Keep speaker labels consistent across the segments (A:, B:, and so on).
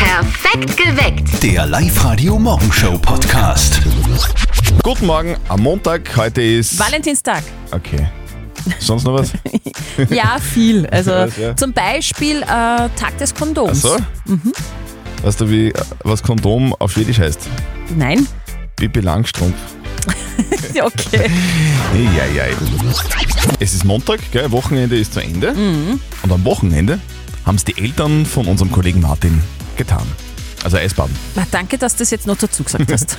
A: Perfekt geweckt.
B: Der Live-Radio Morgenshow Podcast.
C: Guten Morgen am Montag. Heute ist.
D: Valentinstag.
C: Okay. Sonst noch was?
D: Ja, viel. Also
C: weiß, ja.
D: zum Beispiel äh, Tag des Kondoms.
C: Achso? Weißt du, wie äh, was Kondom auf Schwedisch heißt?
D: Nein?
C: Bibi Langstrumpf.
D: Ja, Okay.
C: Eieiei. Es ist Montag, gell? Wochenende ist zu Ende. Und am Wochenende haben es die Eltern von unserem Kollegen Martin getan. Also Eisbaden.
D: Na, danke, dass du das jetzt noch dazu gesagt hast.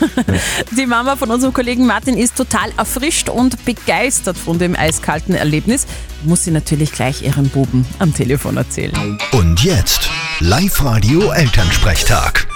D: Die Mama von unserem Kollegen Martin ist total erfrischt und begeistert von dem eiskalten Erlebnis. Muss sie natürlich gleich ihrem Buben am Telefon erzählen.
B: Und jetzt Live-Radio Elternsprechtag.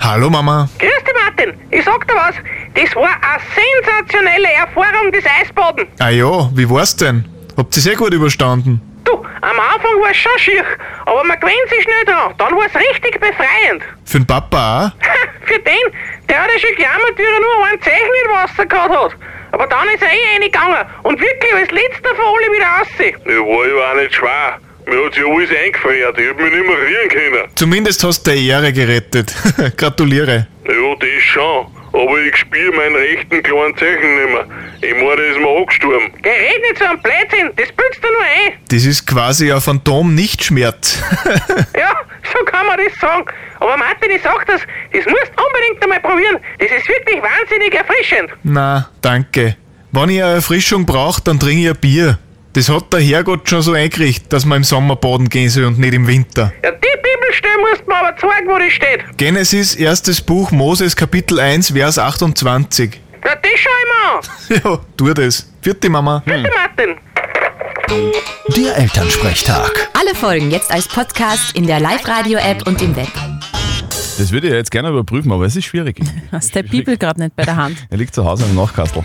E: Hallo Mama.
F: Grüß dich, Martin. Ich sag dir was. Das war eine sensationelle Erfahrung des Eisbaden.
E: Ah ja, wie war's denn? Habt ihr sehr gut überstanden?
F: Du, am Anfang war es schon schier, aber man gewöhnt sich schnell dran. Dann war es richtig befreiend.
E: Für den Papa auch?
F: Für den, der hat ja schon gejammert, wie er nur ein Zeichen in Wasser gehabt hat. Aber dann ist er eh reingegangen und wirklich als letzter von alle wieder aussehen.
G: Ja, war ja auch nicht schwer. Mir hat ja alles eingefriert. Ich hab mich nicht mehr rühren können.
E: Zumindest hast du die Ehre gerettet. Gratuliere.
G: Ja, das schon. Aber ich spür meinen rechten kleinen Zeichen nicht mehr. Ich meine, der ist mir angestorben.
F: Geh, red nicht so einen Blödsinn, das bildst du nur ein.
E: Das ist quasi ein Phantom-Nichtschmerz.
F: Ja, so kann man das sagen. Aber Martin, ich sag das, das musst du unbedingt einmal probieren. Das ist wirklich wahnsinnig erfrischend.
E: Na, danke. Wenn ihr eine Erfrischung braucht, dann trinke ich ein Bier. Das hat der Herrgott schon so eingerichtet, dass man im Sommer baden gehen soll und nicht im Winter.
F: Ja, die Bibelstelle musst du mir aber zeigen, wo die steht.
E: Genesis, erstes Buch Moses, Kapitel 1, Vers 28.
F: Ja, das schau ich mir an.
E: Ja, tu das. Vierte Mama.
C: Hm.
F: Bitte, Martin.
B: Der Elternsprechtag.
H: Alle Folgen jetzt als Podcast in der Live-Radio-App und im Web.
C: Das würde ich ja jetzt gerne überprüfen, aber es ist schwierig.
D: Hast der Bibel gerade nicht bei der Hand.
C: Er liegt zu Hause im Nachkastel.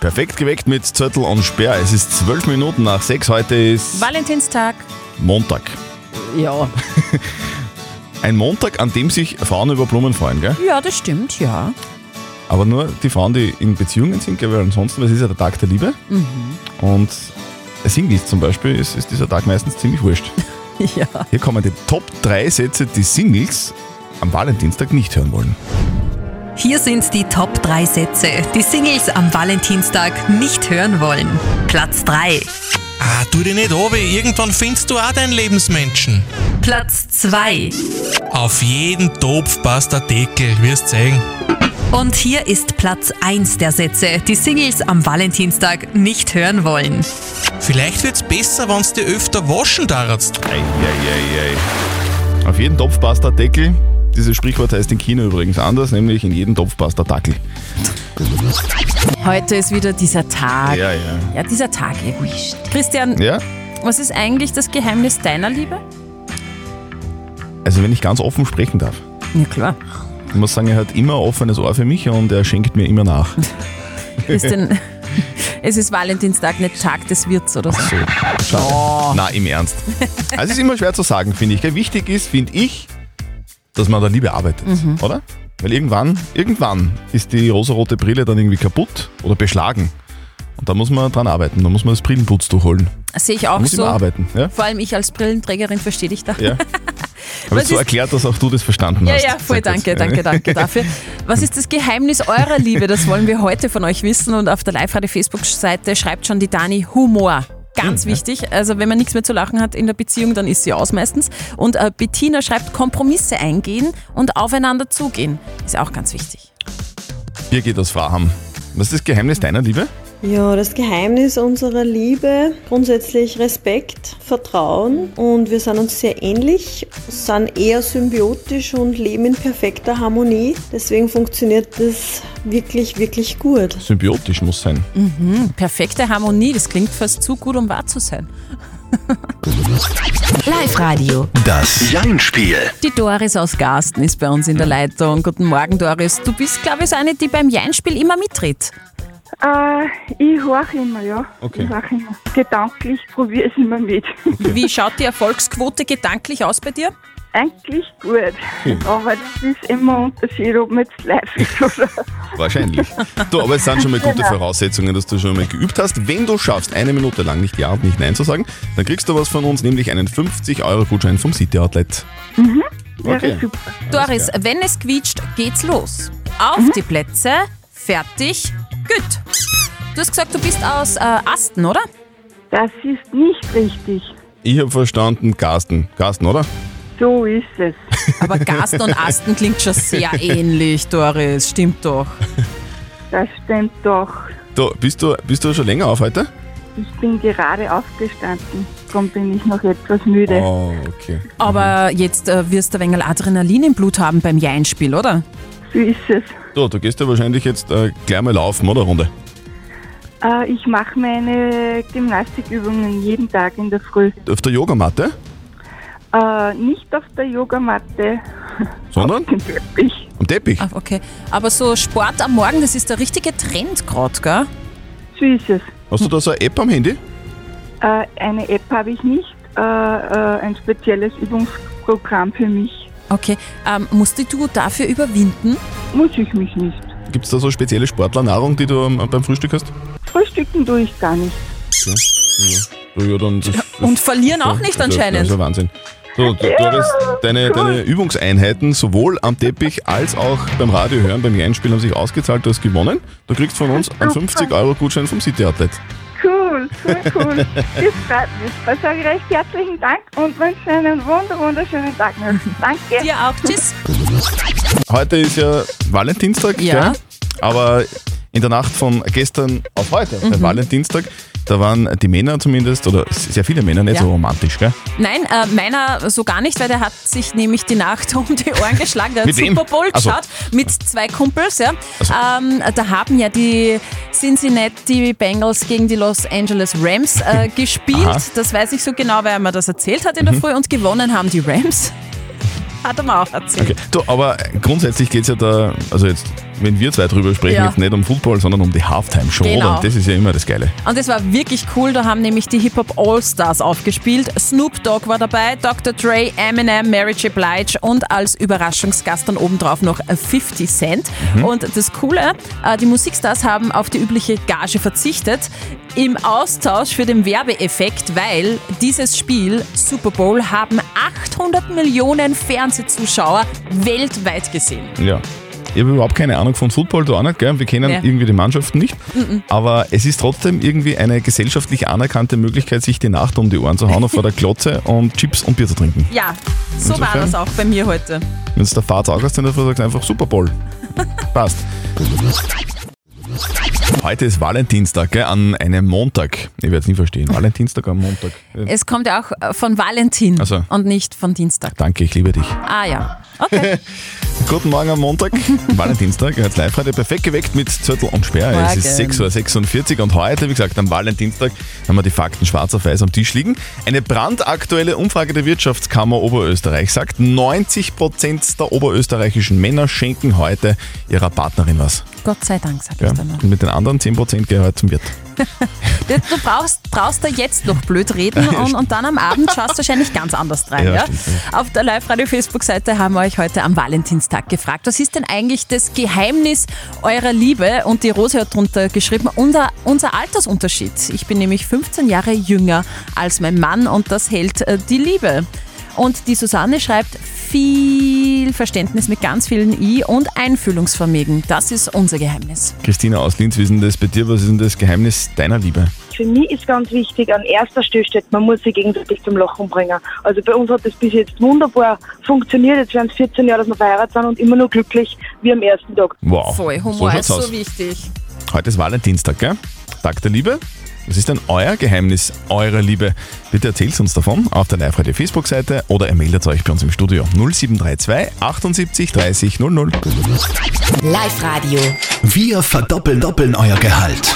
C: Perfekt geweckt mit Zettel und Sperr. Es ist zwölf Minuten nach sechs. Heute ist
D: Valentinstag.
C: Montag.
D: Ja.
C: Ein Montag, an dem sich Frauen über Blumen freuen, gell?
D: Ja, das stimmt, ja.
C: Aber nur die Frauen, die in Beziehungen sind, gell? weil ansonsten, das ist ja der Tag der Liebe. Und Singles zum Beispiel ist, ist dieser Tag meistens ziemlich wurscht.
D: Ja.
C: Hier kommen die Top 3 Sätze, die Singles am Valentinstag nicht hören wollen.
I: Hier sind die Top 3 Sätze, die Singles am Valentinstag nicht hören wollen. Platz 3,
J: Ah, tu dich nicht runter, irgendwann findest du auch deinen Lebensmenschen.
I: Platz 2
J: Auf jeden Topf passt der Deckel, wirst sehen.
I: und hier ist Platz 1 der Sätze, die Singles am Valentinstag nicht hören wollen.
J: Vielleicht wird's besser, wenn's dir öfter waschen darfst.
C: Eieiei. Auf jeden Topf passt der Deckel. Dieses Sprichwort heißt in China übrigens anders, nämlich in jeden Topf passt der Dackel.
D: Heute ist wieder dieser Tag.
C: Ja, ja.
D: Ja, dieser Tag eben. Christian,
C: Ja?
D: was ist eigentlich das Geheimnis deiner Liebe?
C: Also wenn ich ganz offen sprechen darf.
D: Ja, klar.
C: Ich muss sagen, er hat immer ein offenes Ohr für mich und er schenkt mir immer nach.
D: Christian, es ist Valentinstag, nicht Tag des Wirts oder so.
C: Schade.
D: Oh.
C: Na, im Ernst. Also es ist immer schwer zu sagen, finde ich. gell? Wichtig ist, finde ich, dass man an der Liebe arbeitet,
D: Mhm.
C: oder? Weil irgendwann, irgendwann ist die rosarote Brille dann irgendwie kaputt oder beschlagen. Und da muss man dran arbeiten, da muss man das Brillenputz durchholen.
D: Sehe ich auch
C: muss
D: so.
C: immer arbeiten. Ja?
D: Vor allem ich als Brillenträgerin verstehe dich da.
C: Ja. Habe
D: Was
C: ich so
D: ist-
C: erklärt, dass auch du das verstanden
D: Ja,
C: hast.
D: ja,
C: Sehr
D: voll
C: gut.
D: danke, danke, danke dafür. Was ist das Geheimnis eurer Liebe? Das wollen wir heute von euch wissen. Und auf der Live-Radio-Facebook-Seite schreibt schon die Dani Humor. Ganz
C: Hm,
D: wichtig. Also, wenn man nichts mehr zu lachen hat in der Beziehung, dann ist sie aus meistens. Und äh, Bettina schreibt, Kompromisse eingehen und aufeinander zugehen. Ist auch ganz wichtig.
C: Hier geht das Fraham. Was ist das Geheimnis deiner Liebe?
K: Ja, das Geheimnis unserer Liebe, grundsätzlich Respekt, Vertrauen und wir sind uns sehr ähnlich, sind eher symbiotisch und leben in perfekter Harmonie. Deswegen funktioniert das wirklich, wirklich gut.
C: Symbiotisch muss sein.
D: Mhm. Perfekte Harmonie, das klingt fast zu gut, um wahr zu sein.
H: Live-Radio.
B: Das Jein-Spiel.
D: Die Doris aus Garsten ist bei uns in der Leitung. Guten Morgen, Doris. Du bist, glaube ich, so eine, die beim Jeinspiel immer mittritt.
K: Äh, ich höre immer, ja.
C: Okay. Ich
K: höre immer. Gedanklich probiere ich immer mit.
D: Wie schaut die Erfolgsquote gedanklich aus bei dir?
F: Eigentlich gut,
C: Hm.
F: aber das ist immer ein Unterschied, ob man jetzt live ist oder.
C: Wahrscheinlich. Du, aber es sind schon mal gute
F: Genau.
C: Voraussetzungen, dass du schon mal geübt hast. Wenn du schaffst, eine Minute lang nicht Ja und nicht Nein zu sagen, dann kriegst du was von uns, nämlich einen 50-Euro-Gutschein vom City Outlet. Okay.
D: Doris, wenn es quietscht, geht's los. Auf die Plätze, fertig, gut. Du hast gesagt, du bist aus äh, Asten, oder?
F: Das ist nicht richtig.
C: Ich habe verstanden, Carsten. Carsten, oder?
F: So ist es.
D: Aber Carsten und Asten klingt schon sehr ähnlich, Doris. Stimmt doch.
F: Das stimmt doch.
C: Du, bist du, bist du schon länger auf heute?
F: Ich bin gerade aufgestanden. Darum bin ich noch etwas müde.
C: Oh, okay.
D: Aber jetzt äh, wirst du ein wenig Adrenalin im Blut haben beim Jeinspiel, oder?
F: So ist es.
C: Du, du gehst ja wahrscheinlich jetzt äh, gleich mal laufen, oder Runde? Ah.
F: Äh, ich mache meine Gymnastikübungen jeden Tag in der Früh.
C: Auf der Yogamatte,
F: Äh, nicht auf der Yogamatte.
C: sondern
F: Ich.
C: am Teppich.
D: Ah, okay. Aber so Sport am Morgen, das ist der richtige Trend gerade, gell?
F: Süßes.
C: Hast du da so eine App am Handy?
F: Äh, eine App habe ich nicht. Äh, äh, ein spezielles Übungsprogramm für mich.
D: Okay. Ähm, musst dich du dafür überwinden?
F: Muss ich mich nicht.
C: Gibt es da so spezielle Sportlernahrung, die du am- beim Frühstück hast?
F: Frühstücken tue ich gar nicht.
C: Ja. ja. Du, ja, dann, das,
D: Und verlieren auch nicht
C: das- Das
D: anscheinend.
C: ist ja also Wahnsinn. So, du, du hast deine, deine Übungseinheiten sowohl am Teppich als auch beim Radio hören, beim Einspielen haben sich ausgezahlt, du hast gewonnen. Du kriegst von uns einen 50-Euro-Gutschein vom City Outlet.
F: Cool, cool, cool. Das freut mich. Dann sage ich recht herzlichen Dank und wünsche einen wunder, wunderschönen Tag noch. Danke.
D: Dir auch. Tschüss.
C: Heute ist ja Valentinstag, gell?
D: Ja.
C: aber in der Nacht von gestern auf heute, auf den
D: Mhm.
C: Valentinstag, da waren die Männer zumindest, oder sehr viele Männer, nicht
D: Ja.
C: so romantisch, gell?
D: Nein, äh, meiner so gar nicht, weil der hat sich nämlich die Nacht um die Ohren geschlagen. Der hat
C: Mit wem?
D: Super Bowl
C: Ach so.
D: geschaut mit zwei Kumpels. Ja. Ähm, da haben ja die Cincinnati Bengals gegen die Los Angeles Rams äh, gespielt.
C: Aha.
D: Das weiß ich so genau, weil er mir das erzählt hat in der
C: Mhm.
D: Früh und gewonnen haben die Rams. Hat er mir auch erzählt.
C: Okay. Du, aber grundsätzlich geht es ja da, also jetzt, wenn wir zwei drüber sprechen,
D: Ja.
C: jetzt nicht um Football, sondern um die Halftime-Show,
D: Genau.
C: oder? Und das ist ja immer das Geile.
D: Und es war wirklich cool, da haben nämlich die Hip-Hop All-Stars aufgespielt. Snoop Dogg war dabei, Dr. Dre, Eminem, Mary J. Blige und als Überraschungsgast dann obendrauf noch 50 Cent.
L: Mhm.
D: Und das Coole, äh, die Musikstars haben auf die übliche Gage verzichtet. Im Austausch für den Werbeeffekt, weil dieses Spiel Super Bowl haben 800 Millionen Fernsehzuschauer weltweit gesehen.
C: Ja. Ich habe überhaupt keine Ahnung von Football, du auch nicht, gell? Wir kennen
D: Nee.
C: irgendwie die Mannschaften nicht.
D: Mhm.
C: Aber es ist trotzdem irgendwie eine gesellschaftlich anerkannte Möglichkeit, sich die Nacht um die Ohren zu hauen, auf vor der Klotze und Chips und Bier zu trinken.
D: Ja, so war
C: Insofern-
D: das auch bei mir heute.
C: Wenn es der Fahrt auch hast, dann dafür sagst du einfach Super Bowl. Passt. Heute ist Valentinstag, gell? An einem Montag. Ich werde es nie verstehen. Valentinstag am Montag.
D: Es kommt ja auch äh, von Valentin
C: Also.
D: und nicht von Dienstag.
C: Danke, ich liebe dich.
D: Ah ja, okay.
C: Guten Morgen am Montag, Valentinstag, jetzt live heute perfekt geweckt mit Zettel und Sperr. Es ist
D: Morgen.
C: 6.46 Uhr und heute, wie gesagt, am Valentinstag haben wir die Fakten schwarz auf weiß am Tisch liegen. Eine brandaktuelle Umfrage der Wirtschaftskammer Oberösterreich sagt, 90% der oberösterreichischen Männer schenken heute ihrer Partnerin was.
D: Gott sei Dank, sag
C: Ja.
D: ich dann.
C: Und mit den anderen 10% gehen heute zum Wirt.
D: Du du brauchst, traust da jetzt noch blöd reden
C: Ja,
D: und,
C: stimmt.
D: und dann am Abend schaust du wahrscheinlich ganz anders rein.
C: Ja,
D: Ja,
C: stimmt,
D: Auf der Live-Radio-Facebook-Seite haben wir euch heute am Valentinstag gefragt, was ist denn eigentlich das Geheimnis eurer Liebe? Und die Rose hat drunter geschrieben, unser, unser Altersunterschied. Ich bin nämlich 15 Jahre jünger als mein Mann und das hält äh, die Liebe. Und die Susanne schreibt, viel Verständnis mit ganz vielen I und Einfühlungsvermögen. Das ist unser Geheimnis.
C: Christina aus Linz, wie ist denn das bei dir? Was ist denn das Geheimnis deiner Liebe?
M: Für mich ist ganz wichtig, an erster Stelle steht, man muss sich gegenseitig zum Lachen bringen. Also bei uns hat das bis jetzt wunderbar funktioniert. Jetzt werden es 14 Jahre, dass wir verheiratet sind und immer nur glücklich wie am ersten Tag.
C: Wow. schaut's aus.
D: wichtig.
C: Heute ist Valentinstag, gell? Tag der Liebe. Was ist denn euer Geheimnis eurer Liebe? Bitte erzählt uns davon auf der live radio Facebook-Seite oder ihr meldet euch bei uns im Studio 0732 78 30 00.
A: Live Radio.
B: Wir verdoppeln doppeln euer Gehalt.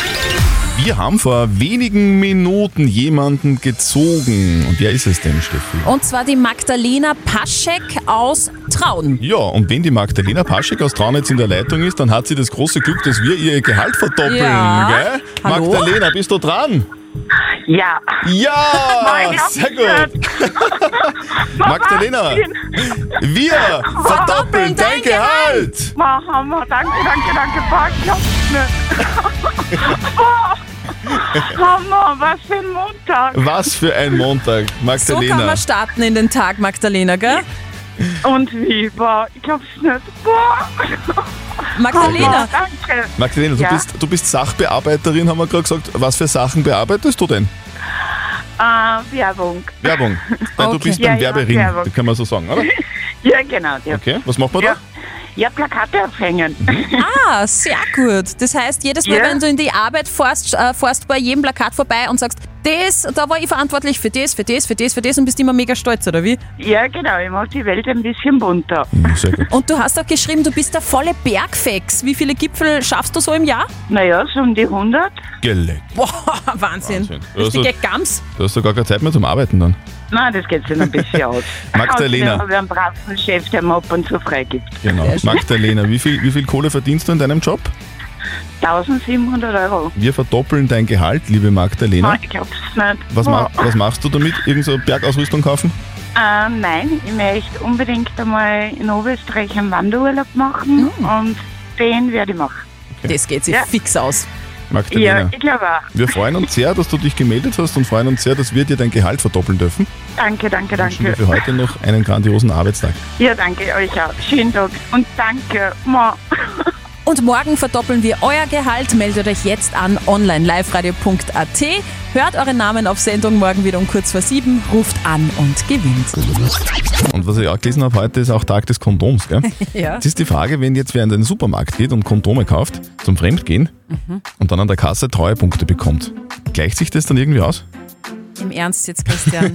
C: Wir haben vor wenigen Minuten jemanden gezogen. Und wer ist es denn, Steffi?
D: Und zwar die Magdalena Paschek aus Traun.
C: Ja, und wenn die Magdalena Paschek aus Traun jetzt in der Leitung ist, dann hat sie das große Glück, dass wir ihr Gehalt verdoppeln,
D: Ja.
C: gell?
D: Hallo?
C: Magdalena, bist du dran?
M: Ja.
C: Ja,
M: Nein, ich
C: sehr
M: glaub
C: gut. Magdalena, wir verdoppeln dein Gehalt.
F: Wow, Hammer, danke, danke, danke, fuck, glaub's nicht. Boah, Hammer, was für ein Montag.
C: Was für ein Montag,
D: So
C: Magdalena.
D: kann man starten in den Tag, Magdalena, gell?
F: Und wie? Boah, ich glaub's nicht. Boah.
D: Magdalena.
F: Hammer, danke.
C: Magdalena, du,
F: ja.
C: bist, du bist Sachbearbeiterin, haben wir gerade gesagt. Was für Sachen bearbeitest du denn?
F: Äh, Werbung.
C: Werbung. Nein, du
F: Okay.
C: bist
F: Ja,
C: beim
F: ja,
C: Werbering,
F: Werbung.
C: kann man so sagen, oder?
F: Ja, genau. Ja,
C: Okay, was macht man da?
F: ja Plakate aufhängen.
D: Ah, sehr gut. Das heißt, jedes Mal,
F: Ja.
D: wenn du in die Arbeit fährst, äh, fährst du bei jedem Plakat vorbei und sagst, das, da war ich verantwortlich für das, für das, für das, für das und bist immer mega stolz, oder wie?
F: Ja, genau. Ich mache die Welt ein bisschen bunter.
C: Hm, Sehr gut.
D: Und du hast auch geschrieben, du bist der volle Bergfex. Wie viele Gipfel schaffst du so im Jahr?
F: Naja, so um die 100.
C: Geleckt.
D: Boah, Wahnsinn.
C: Wahnsinn.
D: Richtige
C: Also-
D: Gams.
C: Du hast doch gar keine Zeit mehr zum Arbeiten dann.
F: Nein, das geht sich noch ein bisschen aus. Also,
C: Magdalena.
F: Außerdem habe ich einen braven Chef, der mir ab und zu freigibt.
C: Genau.
F: Sehr schön.
C: Magdalena, wie viel, wie viel Kohle verdienst du in deinem Job?
F: 1700 Euro.
C: Wir verdoppeln dein Gehalt, liebe Magdalena.
F: Nein, ich glaub's nicht.
C: Was,
F: Boah.
C: ma was machst du damit? Irgend so Bergausrüstung kaufen?
F: Äh, nein, ich möchte unbedingt einmal in Oberösterreich einen Wanderurlaub machen und den werde ich machen.
D: Das geht sich fix aus.
C: Magdalena.
F: Ja, ich glaube auch.
C: Wir freuen uns sehr, dass du dich gemeldet hast und freuen uns sehr, dass wir dir dein Gehalt verdoppeln dürfen.
F: Danke, danke,
C: Wünschen dir
F: danke.
C: für heute noch einen grandiosen Arbeitstag.
F: Ja, danke euch auch. Schönen Tag und danke. Ma.
D: Und morgen verdoppeln wir euer Gehalt. Meldet euch jetzt an online liveradio.at. Hört euren Namen auf Sendung morgen wieder um kurz vor sieben. Ruft an und gewinnt.
C: Und was ich auch gelesen habe, heute ist auch Tag des Kondoms. Gell?
D: Ja.
C: Jetzt ist die Frage, wenn jetzt wer in den Supermarkt geht und Kondome kauft zum Fremdgehen
F: Mhm.
C: und dann an der Kasse Treuepunkte bekommt, gleicht sich das dann irgendwie aus?
D: Im Ernst jetzt, Christian.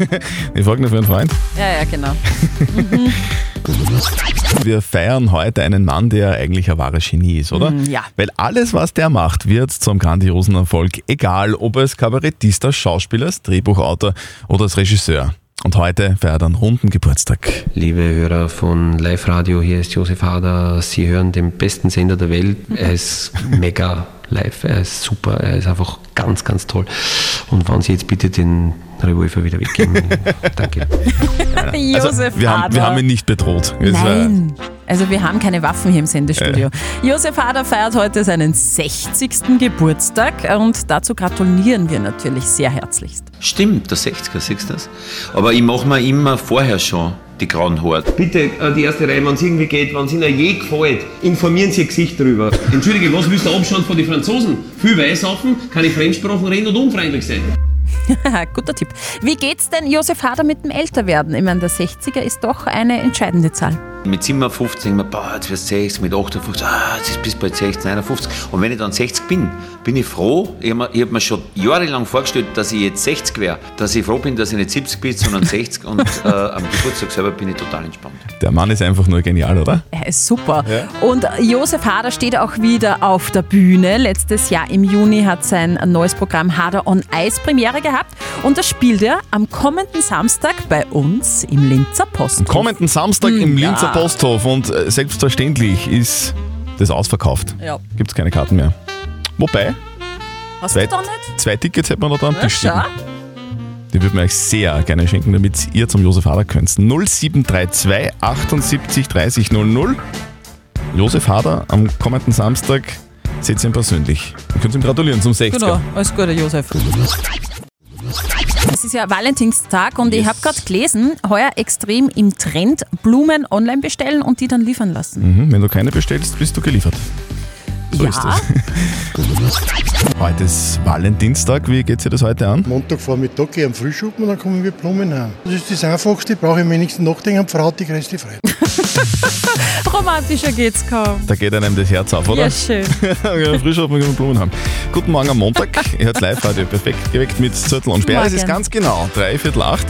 C: Ich frage nur für einen Freund.
D: ja, ja, genau.
C: Wir feiern heute einen Mann, der eigentlich ein wahres Genie ist, oder?
D: Mm, ja.
C: Weil alles, was der macht, wird zum grandiosen Erfolg, egal ob als Kabarettist, als Schauspieler, als Drehbuchautor oder als Regisseur. Und heute feiert er einen runden Geburtstag.
L: Liebe Hörer von Live Radio, hier ist Josef Hader. Sie hören den besten Sender der Welt. Er ist mega live, er ist super, er ist einfach ganz, ganz toll. Und wollen Sie jetzt bitte den Revolver wieder weggeben? Danke.
D: Josef
C: Also, wir, haben,
D: Hader.
C: wir haben ihn nicht bedroht. äh, Es war-
D: Nein. Also wir haben keine Waffen hier im Sendestudio. Josef Hader feiert heute seinen 60. Geburtstag und dazu gratulieren wir natürlich sehr herzlichst.
K: Stimmt, der 60er, siehst du das? Aber ich mache mir immer vorher schon die grauen Haare.
N: Bitte, äh, die erste Reihe, wenn es irgendwie geht, wenn es Ihnen je gefällt, informieren Sie Ihr Gesicht drüber. Entschuldige, was willst du abschauen von den Franzosen? Viel Weißhaufen, keine Fremdsprachen reden und unfreundlich sein.
D: Guter Tipp. Wie geht's denn Josef Hader mit dem Älterwerden? Ich meine, der 60er ist doch eine entscheidende Zahl.
K: Mit 57 denke ich mir, boah, jetzt wirst du 60, mit 58, ah, jetzt bist du bald 60, 59. Und wenn ich dann 60 bin, bin ich froh. Ich habe mir, ich hab mir schon jahrelang vorgestellt, dass ich jetzt 60 wäre. Dass ich froh bin, dass ich nicht 70 bin, sondern 60. Und äh, am Geburtstag selber bin ich total entspannt.
C: Der Mann ist einfach nur genial, oder?
D: Er ist super. Und Josef Hader steht auch wieder auf der Bühne. Letztes Jahr im Juni hat sein neues Programm Hader on Ice Premiere gehabt. Und das spielt er am kommenden Samstag bei uns im Linzer Post.
C: Kommenden Samstag im
D: Mm, Ja.
C: Linzer Posthof und äh, selbstverständlich ist das ausverkauft.
D: Ja.
C: Gibt es keine Karten mehr. Wobei,
D: Hast
C: zwei,
D: du da nicht?
C: zwei Tickets hätten wir noch da am
D: Na,
C: Tisch stehen.
D: schau.
C: Die würden wir euch sehr gerne schenken, damit ihr zum Josef Hader könnt. 0732 78 30 00. Josef Hader am kommenden Samstag seht ihr ihn persönlich. Ihr könnt ihm gratulieren zum 60er.
D: Genau, alles Gute, Josef. Es ist ja Valentinstag und ich habe gerade gelesen, heuer extrem im Trend Blumen online bestellen und die dann liefern lassen.
C: Mhm, wenn du keine bestellst, bist du geliefert. So
D: Ja.
C: ist das. heute ist Valentinstag. Wie geht's dir das heute an?
O: Montagvormittag gehe ich am Frühschuppen und dann kommen wir Blumen heim. Das ist das Einfachste, brauche ich am wenigsten nachdenken, am Frau hat die größte Freude.
D: Romantischer geht's kaum.
C: Da geht einem das Herz auf, oder?
D: Ja, schön.
C: Frisch auf mit Blumen haben. Guten Morgen am Montag. Ihr hört Live-Radio perfekt geweckt mit Zettel und Sperr. Es ist
P: Morgen.
C: ganz genau drei Viertel acht.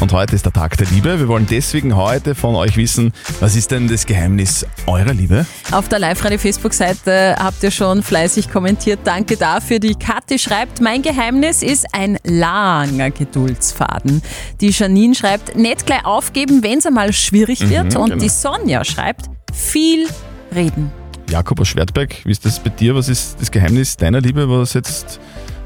C: Und heute ist der Tag der Liebe. Wir wollen deswegen heute von euch wissen, was ist denn das Geheimnis eurer Liebe?
D: Auf der Live-Radio-Facebook-Seite habt ihr schon fleißig kommentiert. Danke dafür. Die Kathi schreibt, mein Geheimnis ist ein langer Geduldsfaden. Die Janine schreibt, nicht gleich aufgeben, wenn es einmal schwierig
C: Mhm,
D: wird. Und
C: genau.
D: die Sonja schreibt, viel reden.
C: Jakob aus Schwertberg, wie ist das bei dir? Was ist das Geheimnis deiner Liebe? Was jetzt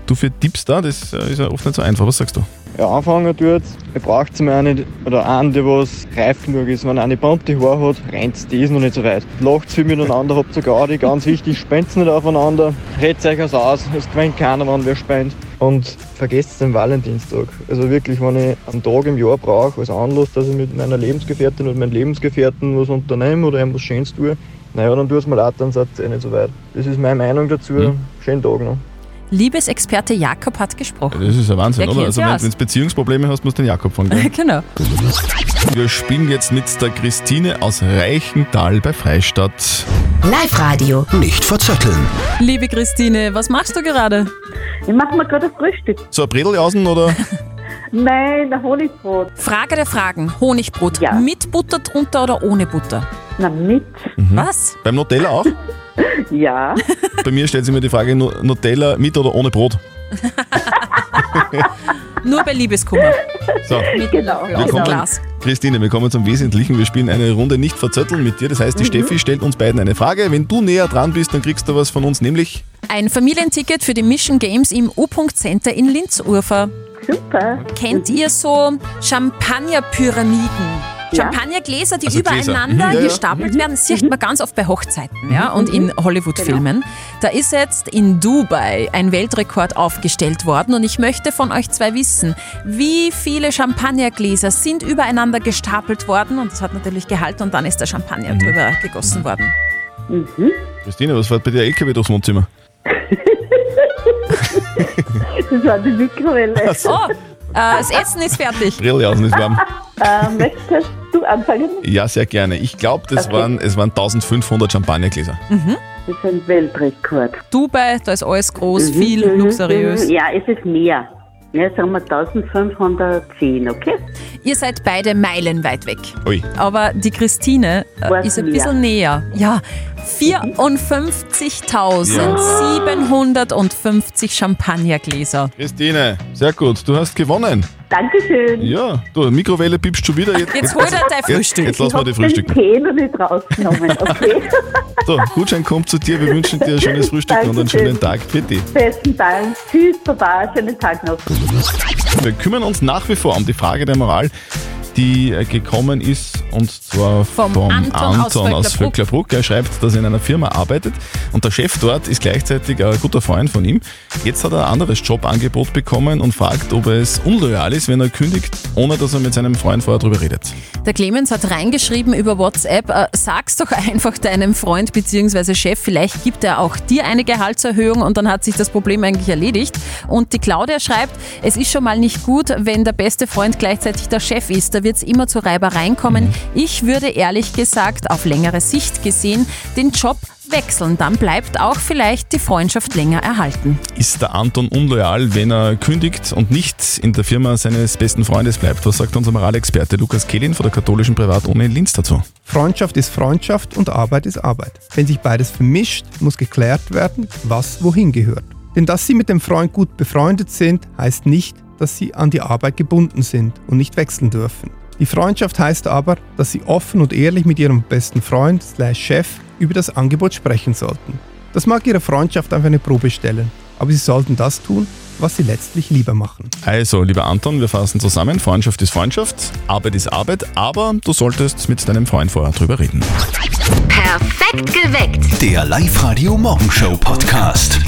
C: du für Tipps da? Das äh, ist ja oft nicht so einfach. Was sagst du?
P: Ja, anfangen tut's. Ihr braucht mir auch nicht, oder einen, der was reif genug ist. Wenn eine bunte Haare hat, rennt's, die ist noch nicht so weit. Lacht viel miteinander, habt ihr Gaudi, ganz wichtig, spendt's nicht aufeinander. Redet euch was aus, es gewinnt keiner, wann wer spendet. Und vergesst den Valentinstag. Also wirklich, wenn ich einen Tag im Jahr brauche, als Anlass, dass ich mit meiner Lebensgefährtin oder meinem Lebensgefährten was unternehme oder ihm was Schönes tue, naja, dann tut's mir leid, dann seid ihr eh nicht so weit. Das ist meine Meinung dazu. Schönen Tag noch.
D: Liebesexperte Jakob hat gesprochen.
C: Das ist ein Wahnsinn,
D: Der
C: oder?
D: kennt
C: Also,
D: sich
C: wenn
D: aus.
C: du Beziehungsprobleme hast, musst du den Jakob fragen. gell?
D: genau.
C: Wir spielen jetzt mit der Christine aus Reichenthal bei Freistadt.
A: Live-Radio.
B: Nicht verzetteln.
D: Liebe Christine, was machst du gerade?
Q: Ich mache mir gerade ein Frühstück.
C: So ein Bredeljausen oder?
Q: Nein, ein Honigbrot.
D: Frage der Fragen. Honigbrot. Mit Butter drunter oder ohne Butter?
Q: Na, mit.
C: Mhm.
D: Was?
C: Beim Nutella auch?
Q: Ja.
C: Bei mir stellt sich mir die Frage, Nu- Nutella mit oder ohne Brot?
D: Nur bei Liebeskummer.
C: So.
D: Mit genau.
C: Wir kommen, Christine, wir kommen zum Wesentlichen. Wir spielen eine Runde nicht verzötteln mit dir. Das heißt, die
D: Mhm.
C: Steffi stellt uns beiden eine Frage. Wenn du näher dran bist, dann kriegst du was von uns, nämlich
D: Ein Familienticket für die Mission Games im U-Punkt Center in Linz-Urfer.
Q: Super.
D: Kennt ihr so Champagner-Pyramiden? Champagnergläser, die
I: Also Gläser.
D: übereinander
I: Mhm, ja, ja.
D: gestapelt werden, das sieht man ganz oft bei Hochzeiten ja, und in
I: Mhm.
D: Hollywood-Filmen. Da ist jetzt in Dubai ein Weltrekord aufgestellt worden und ich möchte von euch zwei wissen, wie viele Champagnergläser sind übereinander gestapelt worden und das hat natürlich gehalten und dann ist der
I: Mhm.
D: Champagner drüber gegossen worden.
C: Christine, was fährt bei dir LKW durchs Wohnzimmer?
Q: Das war die Mikrowelle.
D: So, äh, das Essen ist fertig.
C: Bredeljausen ist warm.
Q: Äh, möchtest du anfangen?
C: Ja, sehr gerne. Ich glaube, das
Q: Okay.
C: waren, es waren 1500 Champagnergläser.
Q: Das ist ein Weltrekord.
D: Dubai, da ist alles groß, viel, luxuriös.
F: mhm.
R: Ja, es ist mehr. Ja, sagen wir 1510, okay?
D: Ihr seid beide meilenweit weg.
C: Ui.
D: Aber die Christine äh, ist ein bisschen näher. Ja, 54.750 Champagnergläser.
C: Christine, sehr gut. Du hast gewonnen.
Q: Dankeschön.
C: Ja, du, Mikrowelle piepst schon wieder. Jetzt,
D: Jetzt hol dir dein Frühstück.
C: Jetzt, jetzt lassen wir die Frühstück.
Q: Ich habe den Tee noch nicht rausgenommen. Okay,
C: So, Gutschein kommt zu dir. Wir wünschen dir ein schönes Frühstück und einen
Q: Dankeschön.
C: schönen Tag. Bitte.
Q: besten Dank. Tschüss, Baba. Schönen Tag noch.
C: Wir kümmern uns nach wie vor um die Frage der Moral, die äh, gekommen ist, und zwar
D: Vom
C: vom
D: Anton aus
C: Anton aus Vöcklerbruck. Er schreibt, dass er in einer Firma arbeitet und der Chef dort ist gleichzeitig ein guter Freund von ihm. Jetzt hat er ein anderes Jobangebot bekommen und fragt, ob es unloyal ist, wenn er kündigt, ohne dass er mit seinem Freund vorher drüber redet.
D: Der Clemens hat reingeschrieben über WhatsApp, äh, sag's doch einfach deinem Freund bzw. Chef, vielleicht gibt er auch dir eine Gehaltserhöhung und dann hat sich das Problem eigentlich erledigt. Und die Claudia schreibt, es ist schon mal nicht gut, wenn der beste Freund gleichzeitig der Chef ist, da wird's immer zu Reibereien kommen. Ich würde ehrlich gesagt auf längere Sicht gesehen den Job wechseln, dann bleibt auch vielleicht die Freundschaft länger erhalten.
C: Ist der Anton unloyal, wenn er kündigt und nicht in der Firma seines besten Freundes bleibt? Was sagt unser Moralexperte Lukas Kehlin von der katholischen Privatuni in Linz dazu?
J: Freundschaft ist Freundschaft und Arbeit ist Arbeit. Wenn sich beides vermischt, muss geklärt werden, was wohin gehört. Denn dass Sie mit dem Freund gut befreundet sind, heißt nicht, dass Sie an die Arbeit gebunden sind und nicht wechseln dürfen. Die Freundschaft heißt aber, dass Sie offen und ehrlich mit Ihrem besten Freund slash Chef über das Angebot sprechen sollten. Das mag Ihre Freundschaft auf eine Probe stellen, aber Sie sollten das tun, was Sie letztlich lieber machen.
C: Also, lieber Anton, wir fassen zusammen. Freundschaft ist Freundschaft, Arbeit ist Arbeit, aber du solltest mit deinem Freund vorher drüber reden.
A: Perfekt geweckt.
B: Der Live-Radio Morgenshow Podcast.